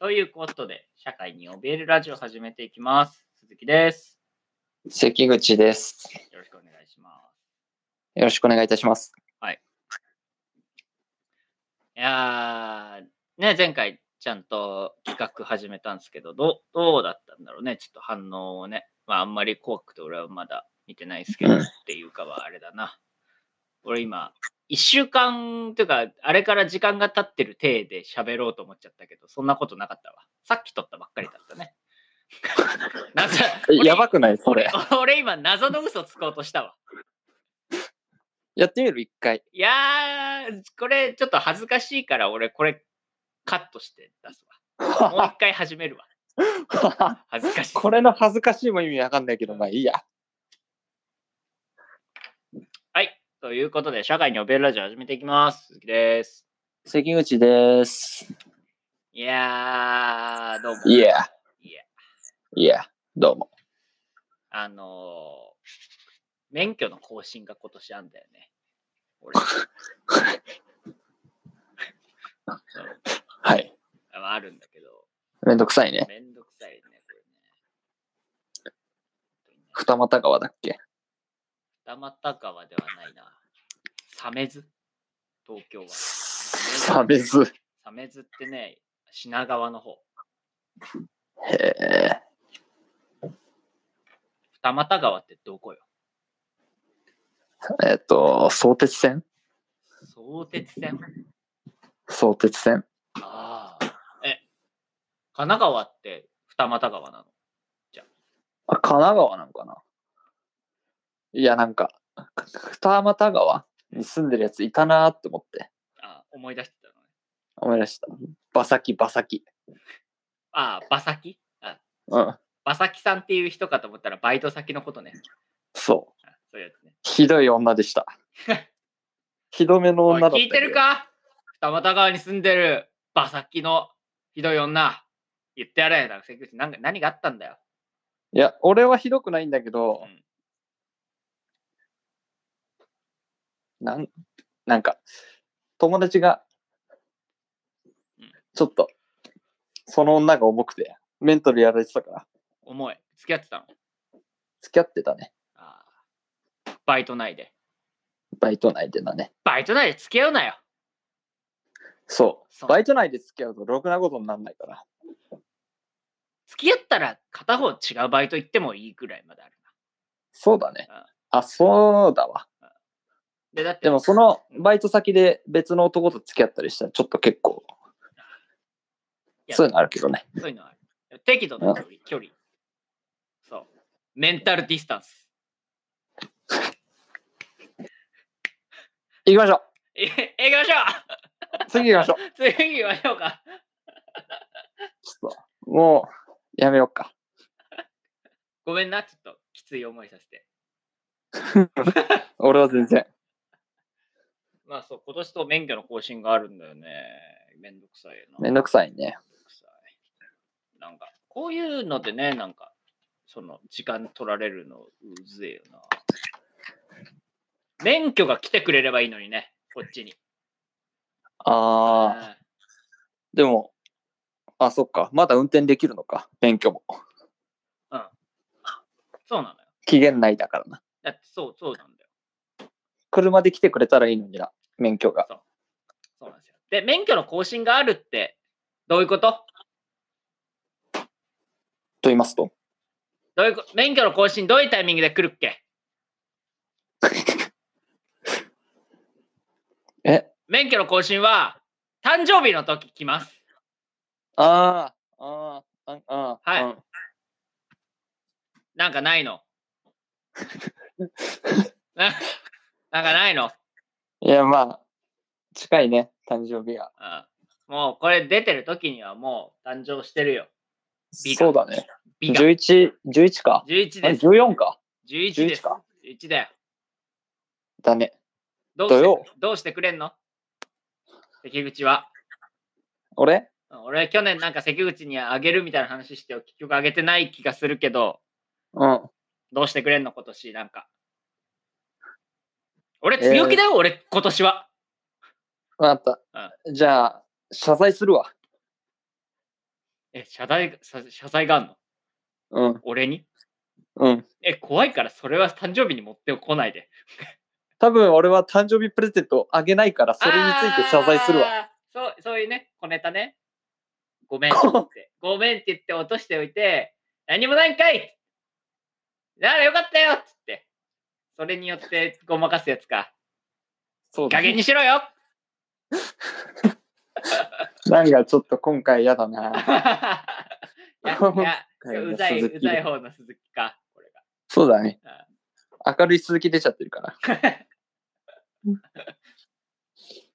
ということで、社会に怯えるラジオを始めていきます。鈴木です。関口です。よろしくお願いします。よろしくお願いいたします。いやー、ね、前回ちゃんと企画始めたんですけど、どうどうだったんだろうね、ちょっと反応をね。まあ、あんまり怖くて俺はまだ見てないですけど、うんっていうかはあれだな。俺今、1週間というか、あれから時間が経ってる体で喋ろうと思っちゃったけど、そんなことなかったわ。さっき撮ったばっかりだった ね。なんかえ俺やばくないそれ。 俺今、謎の嘘つこうとしたわ。やってみる一回。いやー、これちょっと恥ずかしいから、俺これカットして出す わ。もう一回始めるわ。恥ずかしい。 これの恥ずかしいも意味わかんないけど、まあいいや。はい。ということで、社会に怯えるラジオ始めていきます。鈴木です。 関口です。いやー、どうも。いや。いやいや。どうも。あのー、免許の更新が今年あんだよね。 俺そうはい。ああるんだけど、めんどくさいね。めんどくさいね、これね。本当にね二俣川だっけ二俣川ではないな。サメズ東京は。差別。サメズってね、品川の方。へえ。二俣川ってどこよえっと、相鉄線相鉄線相鉄線ああ。え、神奈川って二俣川なのあ、神奈川なんかないや、なんか、二俣川に住んでるやついたなーって思って。あー思い出してたのね。思い出した。馬先、馬先。ああ、馬先あうん。馬先さんっていう人かと思ったらバイト先のことね。そう。あそういうやつね。ひどい女で した。ひどめのおい女だった。聞いてるか二俣川に住んでる馬先のひどい女。言ってやれ。なんか関口なんか何があったんだよ。いや、俺はひどくないんだけど、なん、なんか、友達がうん、ちょっと、その女が重くて、メンタルやられてたから、重い。付き合ってたの付き合ってたね。あーバイト内で。バイト内でだね。バイト内で付き合うなよ。そ。そううバイト内で付き合うと、ろくなことにならないから。付き合ったら片方違うバイト行ってもいいくらいまであるそうだねあ。あ、そうだわ。な。で、だって、でも、そのバイト先で別の男と付き合ったりしたら、ちょっと結構、いやそういうのあるけどね。そういうのはある。適度な距離。距離そう。メンタルディスタンス。 行きましょうえ、行きましょ次行きましょうう 次行きましょうか。ちょっと、もう、やめようか。ごめんな、ちょっときつい思いさせて。俺は全然。まあそう、今年と免許の更新があるんだよね。めんどくさいな。めんどくさいね。めんどくさいなんか、こういうのでね、なんか、その、時間取られるのうぜえよな。免許が来てくれればいいのにね、こっちに。ああ、あ。でも、あ、そっか。まだ運転できるのか。免許も。そうなのよ。期限内だからな。だってそう、そうなんだよ。車で来てくれたらいいのにな。免許が。そうなんですよ。で、免許の更新があるって、どういうことと言いますと。どういうこ免許の更新どういうタイミングで来るっけ え免許の更新は、誕生日の時来ます。ああ、ああ、ああ、はいうんなんかない のななんかないの、いや、まあ、近いね。誕生日が。うん、もうこれ出てる時にはもう誕生してるよ。美がそうだね。ビが11、11か。 11あれです。 14か。 11です11か。 11だよ。だね。どうし土曜てどうしてくれんの関口は。俺うん俺、去年なんか関口にあげるみたいな話して、結局あげてない気がするけど、うん。どうしてくれんの今年なんか。俺、強気だよ、俺、今年は。わかった。じゃあ、謝罪するわ。え、謝罪が、さ謝罪があんのうん、俺にうん。え、怖いからそれは誕生日に持ってこないで。多分俺は誕生日プレゼントをあげないから、それについて謝罪するわ。あー。そう、そういうね、小ネタね。ごめんって言って。ごめんって言って落としておいて、何もないんかいならよかったよっつって。それによってごまかすやつか。そうだ加ね減にし ろよなんかちょっと今回やだな。いやいやうざい、鈴木うざい方の鈴木か、これそうだねう。明るい鈴木出ちゃってるから。が。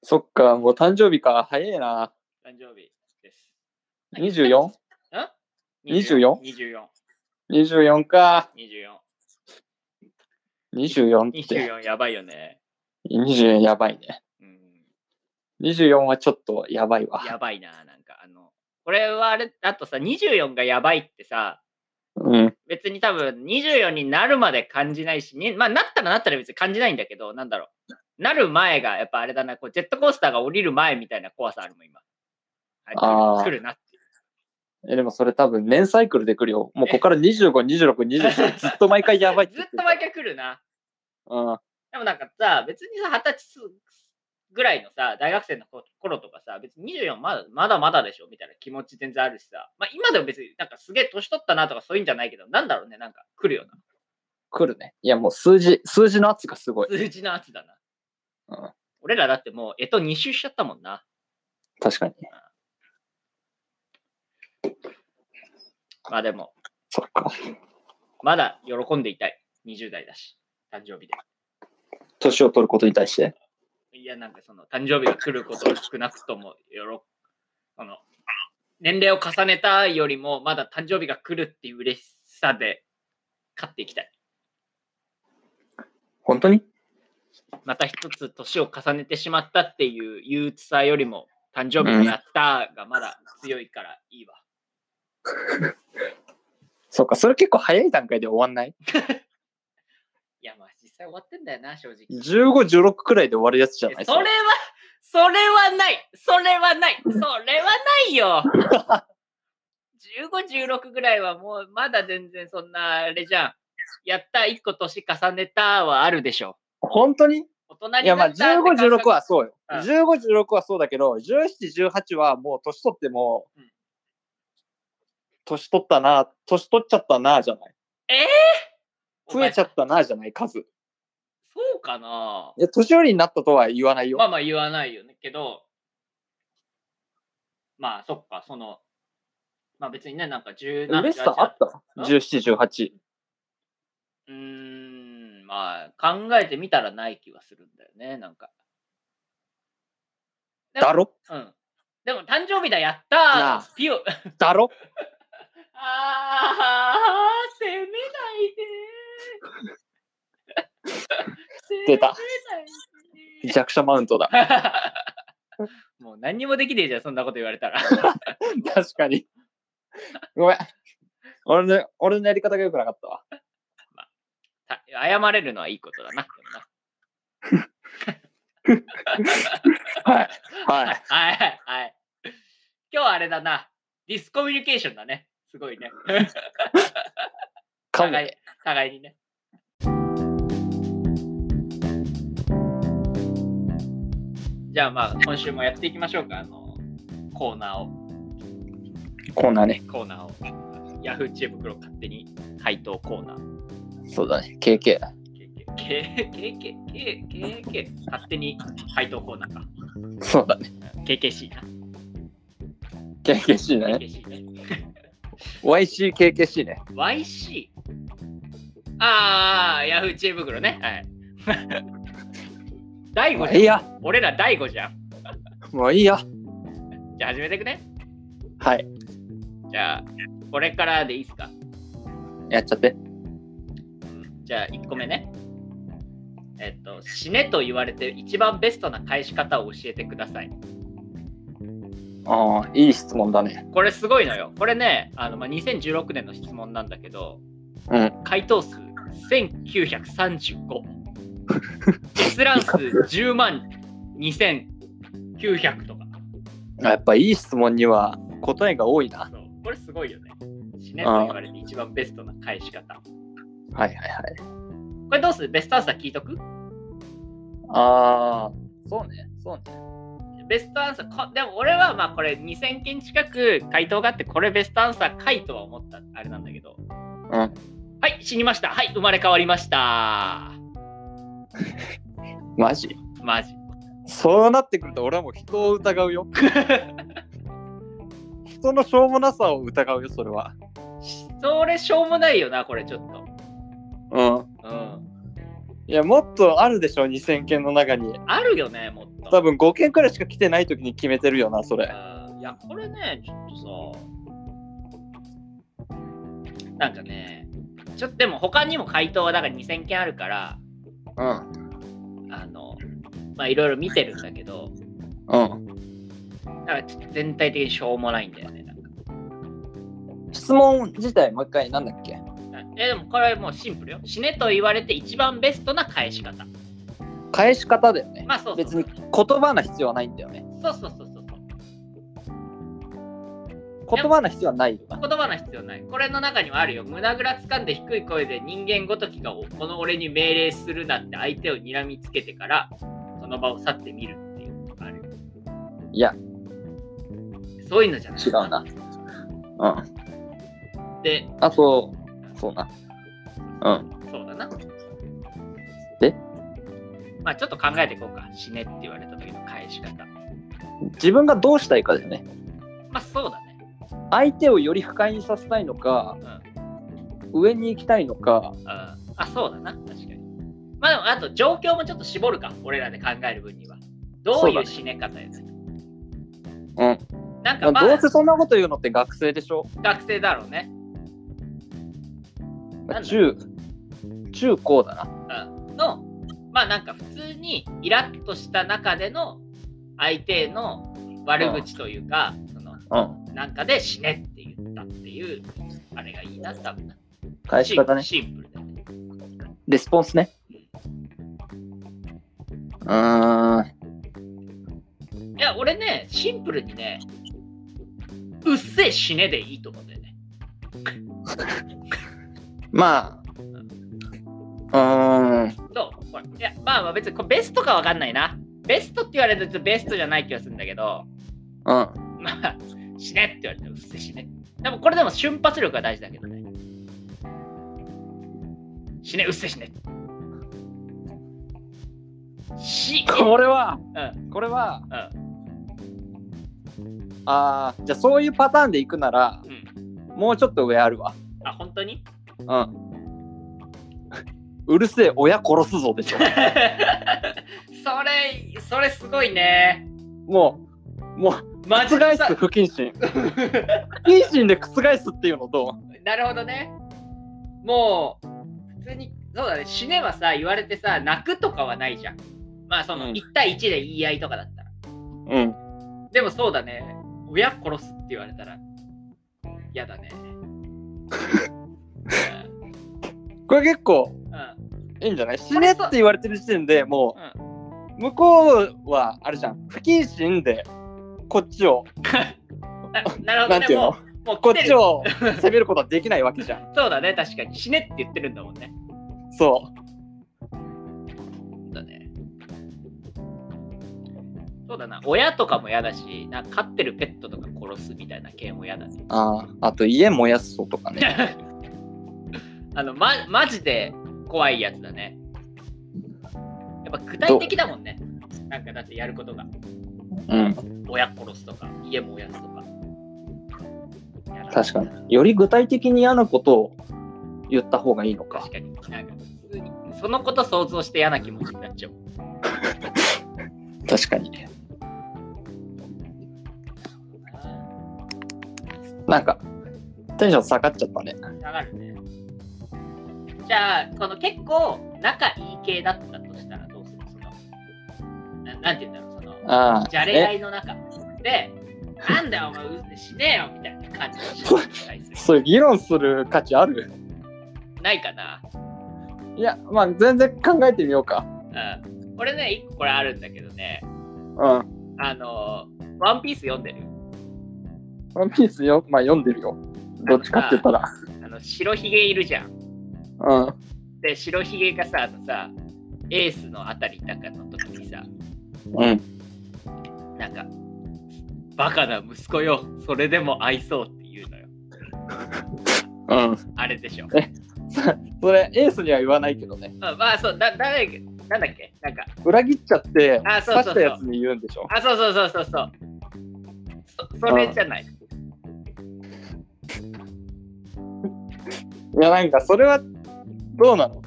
そっか、もう誕生日か、早いな。誕生日です。 24?24 24 24。 24か。 24。 24って。 24やばいよね。 24やばいね。うん。 24はちょっとやばいわ。やばいな、なんかあの。これはあれ、あとさ、24がやばいってさ、うん。別に多分24になるまで感じないし、にまあなったらなったら別に感じないんだけど、なんだろう。なる前がやっぱあれだな、こうジェットコースターが降りる前みたいな怖さあるもん、今。あー来るなっていう。え、でもそれ多分年サイクルで来るよ。もうここから25、26、27ず っと毎回やばいってず言ってると毎回来るな。うん。でもなんかさ、別にさ、二十歳すぐらいのさ、大学生の頃頃とかさ、別に24まだまだまだでしょみたいな気持ち全然あるしさ、まあ今でも別になんかすげえ年取ったなとかそういうんじゃないけど、なんだろうね、なんか来るよな。来るね。いやもう数字、数字の圧がすごい。数字の圧だな。うん俺らだってもう、えと2周しちゃったもんな。確かに。まあでも、そっか。まだ喜んでいたい。20代だし、誕生日で。年を取ることに対して。いや、なんかその、誕生日が来ることを少なくとも、よろ、その、年齢を重ねたよりも、まだ誕生日が来るっていう嬉しさで、勝っていきたい。本当にまた一つ年を重ねてしまったっていう憂鬱さよりも、誕生日をやったがまだ強いからいいわ。そっか、それ結構早い段階で終わんないいや、まあ実際終わってんだよな、正直。 ?15、16くらいで終わるやつじゃないそれは、それはない。それはない。 それはないよ。15、16ぐらいはもうまだ全然そんなあれじゃん。やった、1個年重ねたはあるでしょ。本当に大人になったいやまあって感15、16覚はそうよ。うん15、16はそうだけど、17、18はもう年取ってもうん、年取ったな、年取っちゃったな、じゃない。ええ増えちゃったな、じゃない、数。いそうかなや、年寄りになったとは言わないよ。まあまあ言わないよね。けど、まあそっか、その、まあ別にね、なんか17、嬉しさあったうん ?17、18。うーん、まあ考えてみたらない気はするんだよね、なんか。でもだろうん。でも、誕生日だ、やったなあーピュあだろあー、責めないでー。 出た責めないで弱者マウントだ。ー。 もう何にもできねえじゃん、そんなこと言われたら。 確かに。ごめん。俺の、俺のやり方が良くなかったわ。た謝れるのはいいことだな。でもなはい。はい。はい、はい、はい。今日はあれだな。ディスコミュニケーションだね。すごいね。かも互いね。互いにね。じゃあまあ今週もやっていきましょうかあのコーナーをこんなね。コーナーをヤフー知恵袋勝手に回答コーナーそうだね。KK。 KKKKKK 勝手に回答コーナーかそうだね。 KKC な KKC ね。 KKC ね YCKKC ね。 YC ああヤフー知恵袋ねはい 第も5ういいじゃんや。俺ら第5じゃんもういいや。じゃあ始めてくねはい。じゃあ、これからでいいですかやっちゃって。じゃあ、1個目ね。えっと、死ねと言われて一番ベストな返し方を教えてください。ああ、いい質問だね。これすごいのよ。これね、あのまあ、2016年の質問なんだけど、うん。回答数1935。閲覧数10万2900とか。やっぱいい質問には答えが多いな。そうこれすごいよね。死ねと言われて一番ベストな返し方。はいはいはい。これどうするベストアンサー聞いとくああ、そうね、そうね。ベストアンサーこ、でも俺はまあこれ2000件近く回答があって、これベストアンサーかいとは思った、あれなんだけど。うん。はい、死にました。はい、生まれ変わりました。マジマジ。そうなってくると俺はもう人を疑う よ。人のしょうもなさを疑うよ、それは。それしょうもないよな、これちょっと。うん。うん。いや、もっとあるでしょ、2000件の中に。あるよね、もっと。多分5件くらいしか来てない時に決めてるよな、それ。うんいや、これね、ちょっとさ、なんかね、ちょっとでも他にも回答はだから2000件あるから、うん。あの、まあいろいろ見てるんだけど、うん。なんかちょっと全体的にしょうもないんだよね。なんか質問自体もう一回なんだっけえでもこれはもうシンプルよ。死ねと言われて一番ベストな返し方。返し方だよね。まあそうそう別そうに言葉な必要はないんだよね。そうそうそうそう。言葉な必要はないよな。言葉の必要ない。これの中にはあるよ。胸ぐら掴んで低い声で人間ごときがおこの俺に命令するなって相手を睨みつけてからその場を去ってみるっていうのがあるよ。いや、そういうのじゃない。違うな。うん。で、あと、そうな。うん。そうだな。でまあちょっと考えていこうか。死ねって言われた時の返し方。自分がどうしたいかだよね。まあそうだね。相手をより不快にさせたいのか、うん。上に行きたいのか、ああ、そうだな、確かに。まあでも、あと状況もちょっと絞るか、俺らで考える分には。どうそういだうね死ね方やね。うん。なんかままあどあう、せそんなこと言うのって学生でしょ学生だろうね。なんだ中、中高だな。うんの、まあなんか普通にイラッとした中での相手への悪口というか、そのうん。なんかで死ねって言ったっていう、あれがいいな、多分な。返し方ね。シンプルだね。レスポンスね。うーん。いや、俺ね、シンプルにね、うっせえ死ねでいいと思うんだよね。まあ、うーん。どうこれいや、まあまあ別にこれベストかわかんないな。ベストって言われるとベストじゃない気がするんだけど、うん。まあ、死ねって言われたらうっせえ死ね。でもこれでも瞬発力が大事だけどね。死ね、うっせえ死ね。死これは、うん、これは、うん、ああ、じゃあそういうパターンで行くなら、うん。もうちょっと上あるわ。あ、本当に うん。 うるせえ、親殺すぞでしょ。それ、それすごいね。もう、もう、マジ覆です不謹慎。不謹慎で覆すっていうのと、なるほどね。もう、普通に、そうだね、死ねばさ、言われてさ、泣くとかはないじゃん。まあ、その、うん1対1で言い合いとかだったら。うん。でもそうだね、親殺すって言われたら、嫌 だね。これ結う構んうんいいんじゃない死ねって言われてる時点でもうんう、向こうはあれじゃん、不謹慎で、こっちを、ななるほどなんねて、いうのもう、もうこ来てっるちを責めることはできないわけじゃん。そうだね、確かに。死ねって言ってるんだもんね。そだね。そうだな、親とかも嫌だし、なんか飼ってるペットとか殺すみたいな系も嫌だねう。。ああ、あと家燃やすぞとかね。 あの、ま、マジで怖いやつだね。やっぱ具体的だもんね。なんかだってやることが。うん、親殺すとか、家燃やすとか。やだ確か。に。より具体的に嫌なことを言った方がいいのか確。かに。なんか普通に、そのこと想像して嫌な気持ちになっちゃう。確かに。なんか、テンション下がっちゃったね。下がるね。じゃあ、この結構仲いい系だったとしたらどうするそのななんて言うんだろう、その。ああ。じゃれ合いの中で、なんだよ、お前、う死ねよみたいな感じの人に対すえるそういう議論する価値あるないかな、いや、まあ全然考えてみようか。うん、俺ね、一個これあるんだけどね、うん。あの、ワンピース読んでるワンピースよ、まあ読んでるよ。どっちかって言ったら。あの白ひげいるじゃん。うん。で白ひげがさあのさエースのあたりだかの時にさうん。なんかバカな息子よそれでも愛そうって言うのようん。あれでしょそれ、エースには言わないけどね。あまあそうだ誰だっけなんだっけなんか裏切っちゃって、あそうそうそう刺したやつに言うんでしょ。あそうそうそうそうそうそそれじゃないいや、なんか、それは、どうなの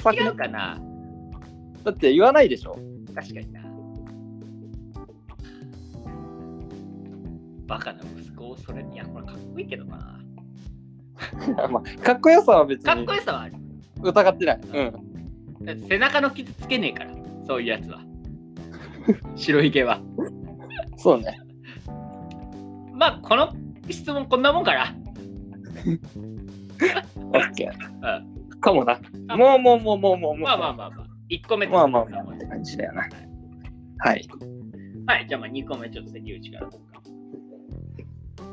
それ違うかなだって言わないでしょ。確かになバカな息子をそれにいやこれかっこいいけどな まあ、かっこよさは別かっにこよさはある疑ってない。うん。だって背中の傷つけねえからそういうやつは 白ひげはそうね。まあこの質問こんなもんかなオッケー。かもな。もうもうもうもうもうもう。まあまあまあまあ1個目まあまあまあって感じだよなはい。はいじゃあまあ2個目ちょっと関口からどうか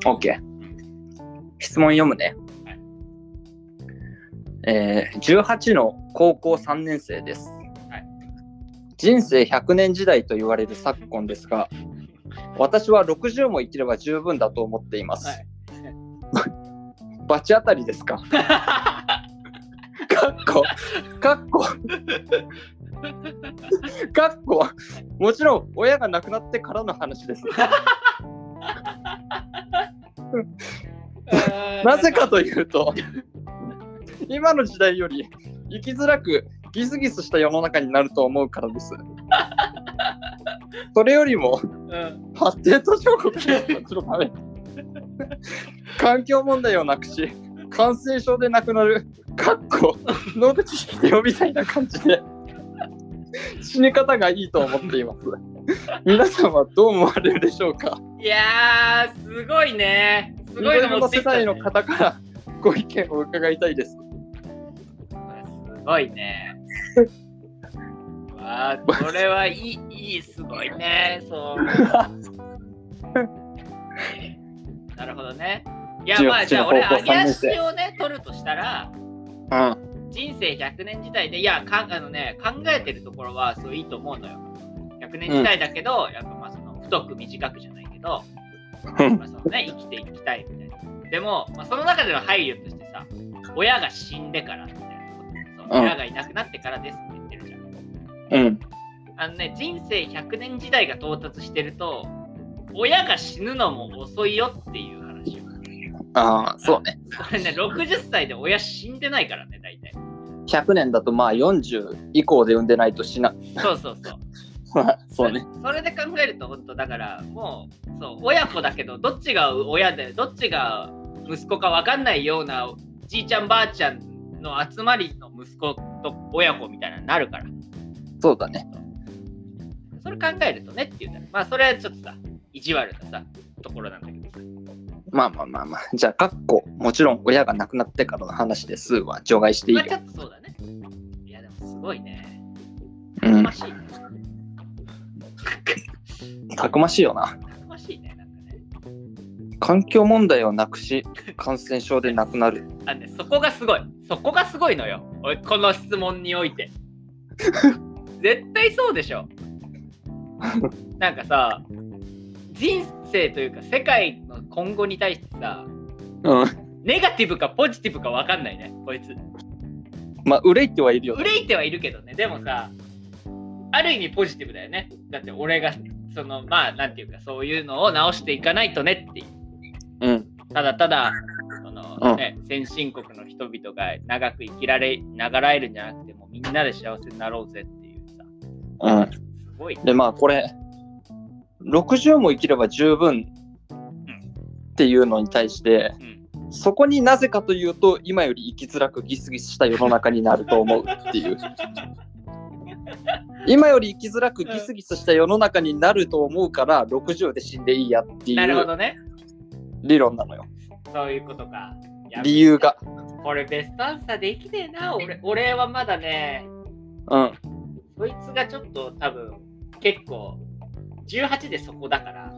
オッケー。質問読むね。はいえー、18の高校3年生です。はい人生100年時代と言われる昨今ですが、私は60も生きれば十分だと思っています。はいバチ当たりですかかっこ、かっこ、かっこ、もちろん親が亡くなってからの話です。 なぜかというと、今の時代より生きづらくギスギスした世の中になると思うからです。それよりもうん発展途上国の人のため、環境問題をなくし、感染症で亡くなる、かっこ、野口秀夫みたいな感じで、死に方がいいと思っています。皆さんはどう思われるでしょうかいやーすごいねすいごいろいの持ろなって世きたね、代の方からご意見を伺いたいです。すごいね。 わあ、これはいい、いい、すごいね。そう。なるほどね。いや、まあ、じゃあ、俺、揚げ足をね、取るとしたら、うん人生100年時代で、いや、かあのね、考えてるところは、そういいと思うのよ。100年時代だけど、やっぱ、まあ、その、太く短くじゃないけど、うんまあ、そのね、生きていきたいみたいな。でも、まあ、その中での配慮としてさ、親が死んでからみたいなこと、そううん親がいなくなってからですって言ってるじゃん。うん。あのね、人生100年時代が到達してると、親が死ぬのも遅いよっていう話よ。ああ、そうね。こ れね、60歳で親死んでないからね、大体。 100年だとまあ40以降で産んでないと死な。そうそうそう。まあそうね。それで考えると、本当だから、もう、そう、親子だけど、どっちが親で、どっちが息子か分かんないような、じいちゃんばあちゃんの集まりの息子と親子みたいなのになるから、そうだね。それ考えるとねっていうたら、まあ、それはちょっとさ、意地悪なさ、ところなんだけどさ。まあまあまあまあ。じゃあ、かっこ、もちろん親が亡くなってからの話ですは除外していいまあ、ちょよ。っとそうだね。いや、でもすごいね。うたくんま。しいね。たくましいよな。たくましいね、なんかね。環境問題をなくし、感染症で亡くなる。あのね、そこがすごい。そこがすごいのよ。おいこの質問において。絶対そうでしょ。なんかさ、人生というか世界の今後に対してさ、うん。ネガティブかポジティブか分かんないね、こいつ。まあ、憂いってはいるよね。憂いてはいるけどね、でもさ、ある意味ポジティブだよね。だって俺が、その、まあ、なんていうか、そういうのを直していかないとねっていう。うん。ただただそうんの、ね先進国の人々が長く生きられながらえるんじゃなくてもうみんなで幸せになろうぜっていうさうん。すごいねで、まあ、これ、60も生きれば十分っていうのに対して、うんそこになぜかというと今より生きづらくギスギスした世の中になると思うっていう今より生きづらくギスギスした世の中になると思うから60で死んでいいやっていなるほうどね理論なのよそういうことかや理由がこれベストアンサーできねえな俺俺はまだねうんそいつがちょっと多分結構18でそこだから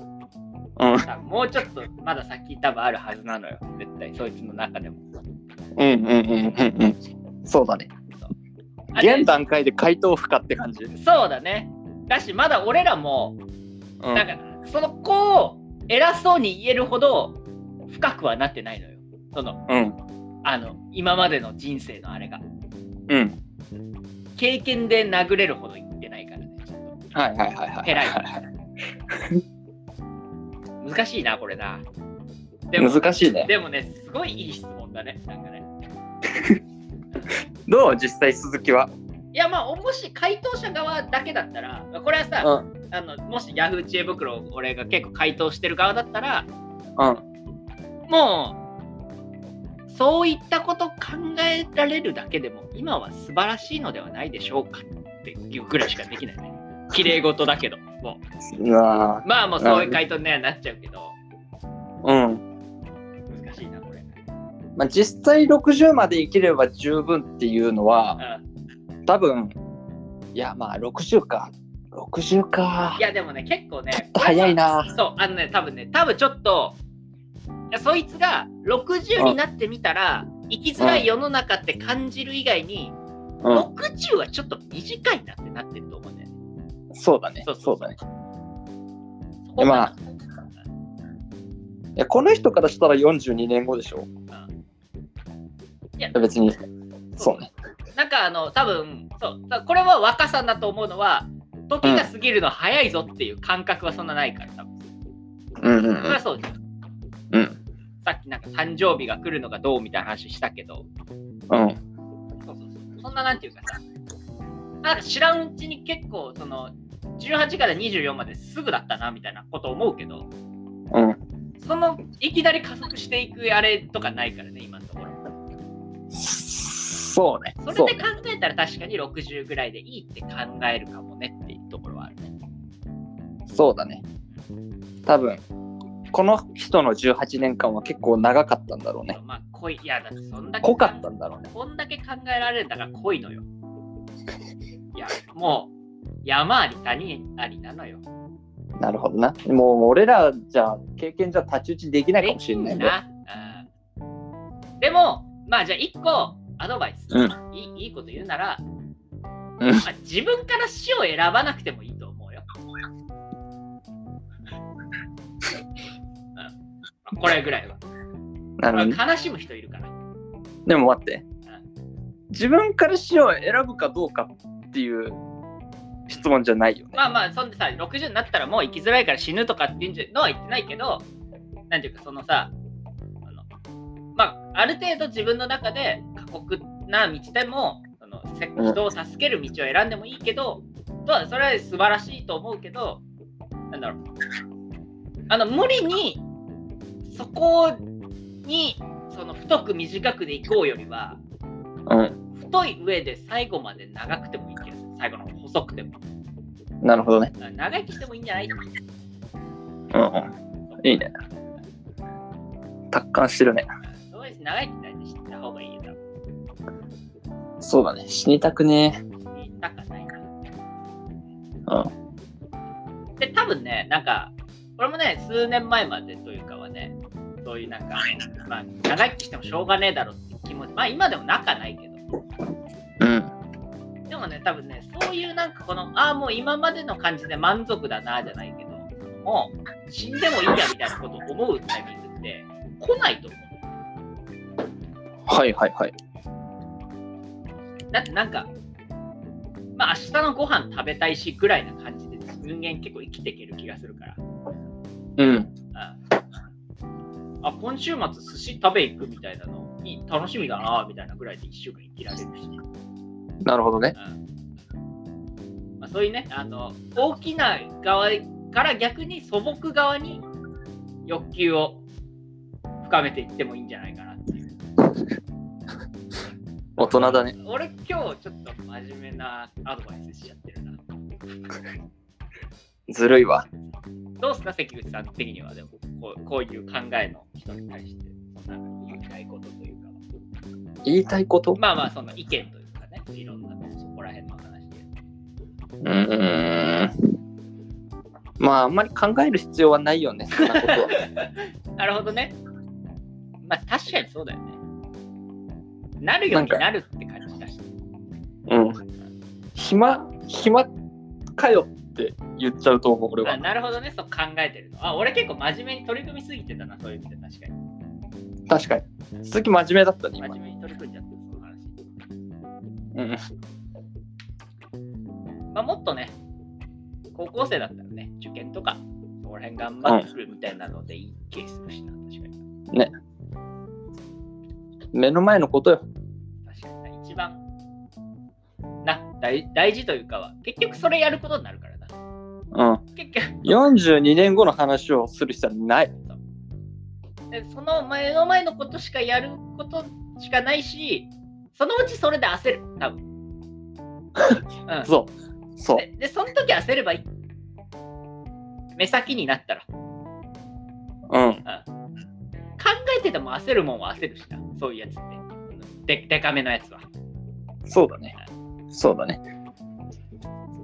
うん多分もうちょっとまだ先多分あるはずなのよ絶対そいつの中でもうんうんうんうんうんそうだねあで現段階で回答不可って感じ、うん、そうだねだしまだ俺らもなんかその子を偉そうに言えるほど深くはなってないのよそのうんあの今までの人生のあれがうん経験で殴れるほど言ってないからねちょっとはいはいはいはい偉い難しいなこれなでも難しいねでもねすごいいい質問だねなんかねどう実際鈴木はいやまあもし回答者側だけだったらこれはさ、うんあのもしヤフー知恵袋を俺が結構回答してる側だったらうんもうそういったこと考えられるだけでも今は素晴らしいのではないでしょうかっていうぐらいしかできないね綺麗事だけどもうわうまあもうそういう回答にはなっちゃうけどーうん難しいなこれ、まあ実際60まで生きれば十分っていうのはう多分いやまあ60か60かん、いやでもね結構ねちょっと早いなそうあのね多分ね多分ちょっといやそいつが60になってみたら生きづらい世の中って感じる以外に、うん60はちょっと短いなってなってると思うんだよね。そうだねそうそそううだねそこかなまあいやこの人からしたら42年後でしょいや別にそうねなんかあの多分そうだこれは若さんだと思うのは時が過ぎるの早いぞっていう感覚はそんなないから多分うんうんうそれはんそうですうんさっきなんか誕生日が来るのがどうみたいな話したけどうんそうそうそうそんななんていうかさなんか知らんうちに結構その18から24まですぐだったなみたいなこと思うけどうんそのいきなり加速していくあれとかないからね今のところ。そうねそそうれでね考えたら確かに60ぐらいでいいって考えるかもねっていうところはあるね。そうだね多分この人の18年間は結構長かったんだろうねまあ濃い、いやだってそんだけ濃かったんだろうねこんだけ考えられるんだから濃い のよ。いや、もう山あり谷ありなのよ。なるほどなもう俺らじゃ経験じゃ太刀打ちできないかもしきれないんねな。うんでも、まあじゃあ1個アドバイス、ういいいいこと言うなら、うんまあ、自分から死を選ばなくてもいいと思う よ。うんこれぐらいは。なるほどね悲しむ人いるから。でも待って自分から死を選ぶかどうかっていう質問じゃないよねまあまあ、そんでさ、60になったらもう生きづらいから死ぬとかっていうんじゃのは言ってないけど、なんていうか、そのさ、あのまあ、ある程度自分の中で過酷な道でも、そのせうん人を助ける道を選んでもいいけど、とはそれは素晴らしいと思うけど、なんだろう。あの、無理に、そこに、その太く短くで行こうよりは、うん太い上で最後まで長くてもいいけど、最後の方細くても。なるほどね長生きしてもいいんじゃないうんうんいいね達観してるねそうです長生きなんて知った方がいいよ。多分そうだね死にたくね死にたかないな。うんで、多分ね、なんか、これもね、数年前までというかはね、そういうなんか、まあ、長生きしてもしょうがねえだろって気持ち、まあ今でも仲ないけど、うんでもね、多分ね、そういうなんかこの、ああ、もう今までの感じで満足だな、じゃないけど、もう死んでもいいやみたいなことを思うタイミングって来ないと思う。はいはいはいだってなんか、まあ明日のご飯食べたいしぐらいな感じで人間結構生きていける気がするから。うんうんあ、今週末寿司食べ行くみたいなのいい楽しみだなみたいなぐらいで1週間生きられるし。なるほどねうんまあ、そういうね、あの、大きな側から逆に素朴側に欲求を深めていってもいいんじゃないかなっていう。大人だね俺今日ちょっと真面目なアドバイスしちゃってるな。ずるいわどうすか関口さん的にはでもこうこういう考えの人に対してそんな言いたいことというか言いたいことまあまあその意見というかねいろんなそこら辺の話でうーんまあ、あんまり考える必要はないよね、そんなこと は。なるほどね。まあ確かにそうだよね。なるようになるって感じだし。うん。暇、暇かよって言っちゃうと思う、俺あは。なるほどね、そう考えてるの。あ、俺結構真面目に取り組みすぎてたな、そういう意味で確かに。確かに。鈴木真面目だったね、真今。面目に取り組んじゃってる、その話。うん。まあもっとね、高校生だったらね、受験とか、そこら辺頑張ってくるみたいなので、いいケースだしな、確かに。目の前のことよ。確かにな一番な大大事というかは結局それやることになるからなうん。結局42年後の話をする必要はない。でその前の前のことしかやることしかないしそのうちそれで焦る多 分、うん、そう。そう。ででその時焦ればいい目先になったらうん。考えてても焦るもんは焦るしなそういうやつってででかめのやつはそうだね。そうだね。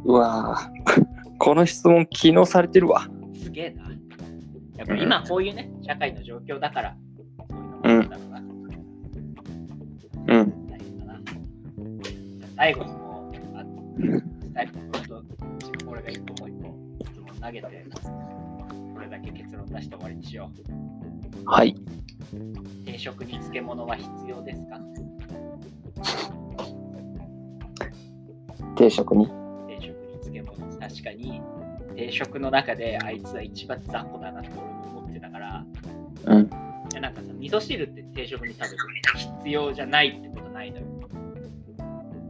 うわぁ。 この質問、昨日されてるわ。すげえなやっぱ今こういうね社会の状況だからそういうのもあるんだろうな、うん。大変だな。じゃあ最後にもう、あ二人とと俺が一個もう一個質問投げて、これだけ結論出して終わりにしよう。はい。定食に漬物は必要ですか定食に。定食に漬物。確かに、定食の中であいつは一番雑魚だなって俺も思ってたから、うん。いやなんかさ、味噌汁って定食に食べて必要じゃないってことないのよ。絶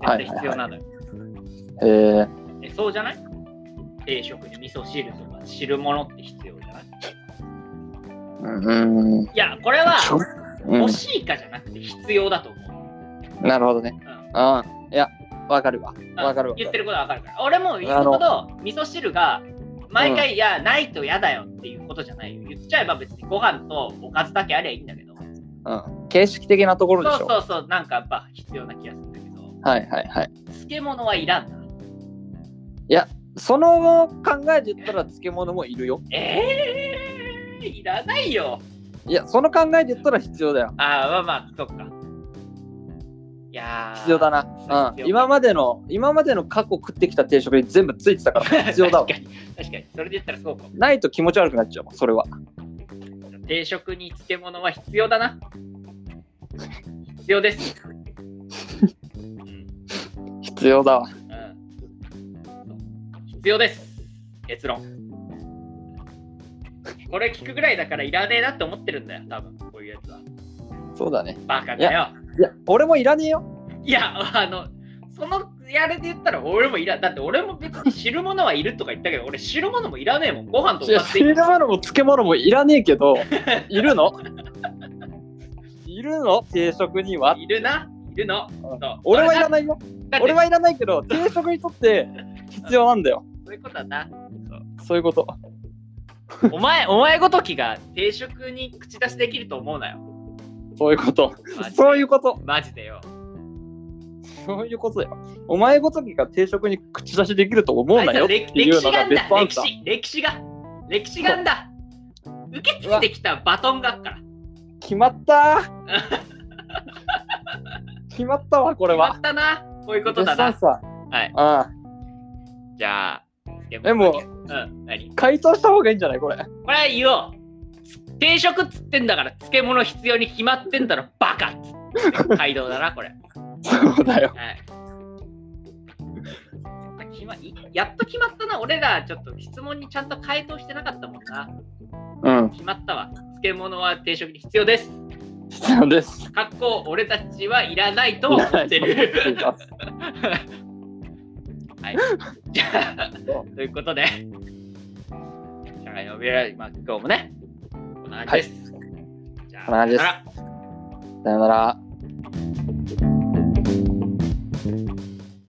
対必要なのよ。えー、えそうじゃない定食に味噌汁とか汁物って必要じゃないうーいん。や、これはしょう欲しいかじゃなくて必要だと思う。ん。なるほどね。ああ。いや、わかるわ。うんわかるわ。言ってることはわかるから。俺も言うほど味噌汁が毎回、いや、ないと嫌だよっていうことじゃないよ。言っちゃえば別にご飯とおかずだけありゃいいんだけど。うん。形式的なところでそうしょ。そうそう、なんかやっぱ必要な気がするんだけど。はいはいはい。漬物はいらんな。その考えで言ったら漬物もいるよ。えー、いらないよ。いや、その考えで言ったら必要だよ。あーまあまあ、そっか。いやー必要だな。うん。今までの、今までの過去食ってきた定食に全部ついてたから必要だ わ確。かに、確かに。それで言ったらそうかも。ないと気持ち悪くなっちゃうもん、それは。定食に漬物は必要だな。必要です。うん必要だわ。うん必要です。結論。これ聞くぐらいだからいらねえなって思ってるんだよ、多分こういうやつは。そうだね。バカだよ。いや、俺もいらねえよ。いや、あの、そのやれで言ったら俺もいらだって俺も別に汁物はいるとか言ったけど、俺汁物もいらねえもん。ご飯といや、かっていい汁物も漬物もいらねえけど、いるのいるの定食には。いるな、いるの。そう俺はいらないよ。だって俺はいらないけど、定食にとって必要なんだよ。そういうことだな。そういうこと。お前、お前ごときが定食に口出しできると思うなよ。そういうこと。マジでそういうこと。マジでよ。そういうことだよ。お前ごときが定食に口出しできると思うなよあっいつて歴歴いう史のががん別だ。パン歴サー。史、歴史が。歴史がんだ。受け継いできたバトンがあっから。決まったー決まったわ、これ終わはっ。たな。こういうことだ絶賛な。さ。はい。ああじゃあ、ででもうん、何回答した方がいいんじゃないこれ。これは言おう。定食っつってんだから、漬物必要に決まってんだろ、バカっつ って。街道だな、これ。そうだよ。はい。決まいやっと決まったな、俺らちょっと質問にちゃんと回答してなかったもんな。うん。決まったわ。漬物は定食に必要です。必要です。かっこ俺たちはいらないと思って る。はい。じゃあ、 ということで、社会の未来、まあ、今日もね、こんな感じです。じゃあ、こんな感じですさよならさよなら。